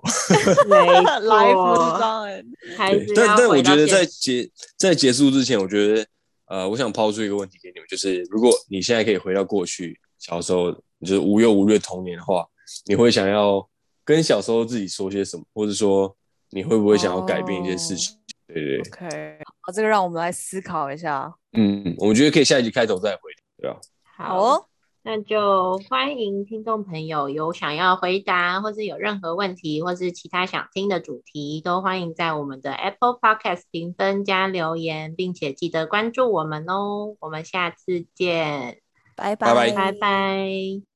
Speaker 1: [LAUGHS]
Speaker 2: 嗯没
Speaker 3: [LAUGHS] 来福
Speaker 2: 错
Speaker 3: 是
Speaker 2: 还
Speaker 1: 对
Speaker 2: 是，
Speaker 1: 但
Speaker 2: 要
Speaker 1: 但我
Speaker 2: 回到
Speaker 1: 觉得
Speaker 2: 现
Speaker 1: 在结在结束之前，我觉得呃，我想抛出一个问题给你们，就是如果你现在可以回到过去小时候，就是无忧无虑的童年的话，你会想要跟小时候自己说些什么，或者说你会不会想要改变一些事
Speaker 2: 哦
Speaker 1: 情？对对对，
Speaker 3: OK，好，这个让我们来思考一下。
Speaker 1: 嗯，我们觉得可以下一集开头再回，对吧、
Speaker 3: 好
Speaker 2: 好
Speaker 3: 哦，
Speaker 2: 那就欢迎听众朋友有想要回答，或是有任何问题，或是其他想听的主题，都欢迎在我们的 Apple Podcast 评分加留言，并且记得关注我们哦。我们下次见，
Speaker 3: 拜
Speaker 1: 拜拜
Speaker 2: 拜拜。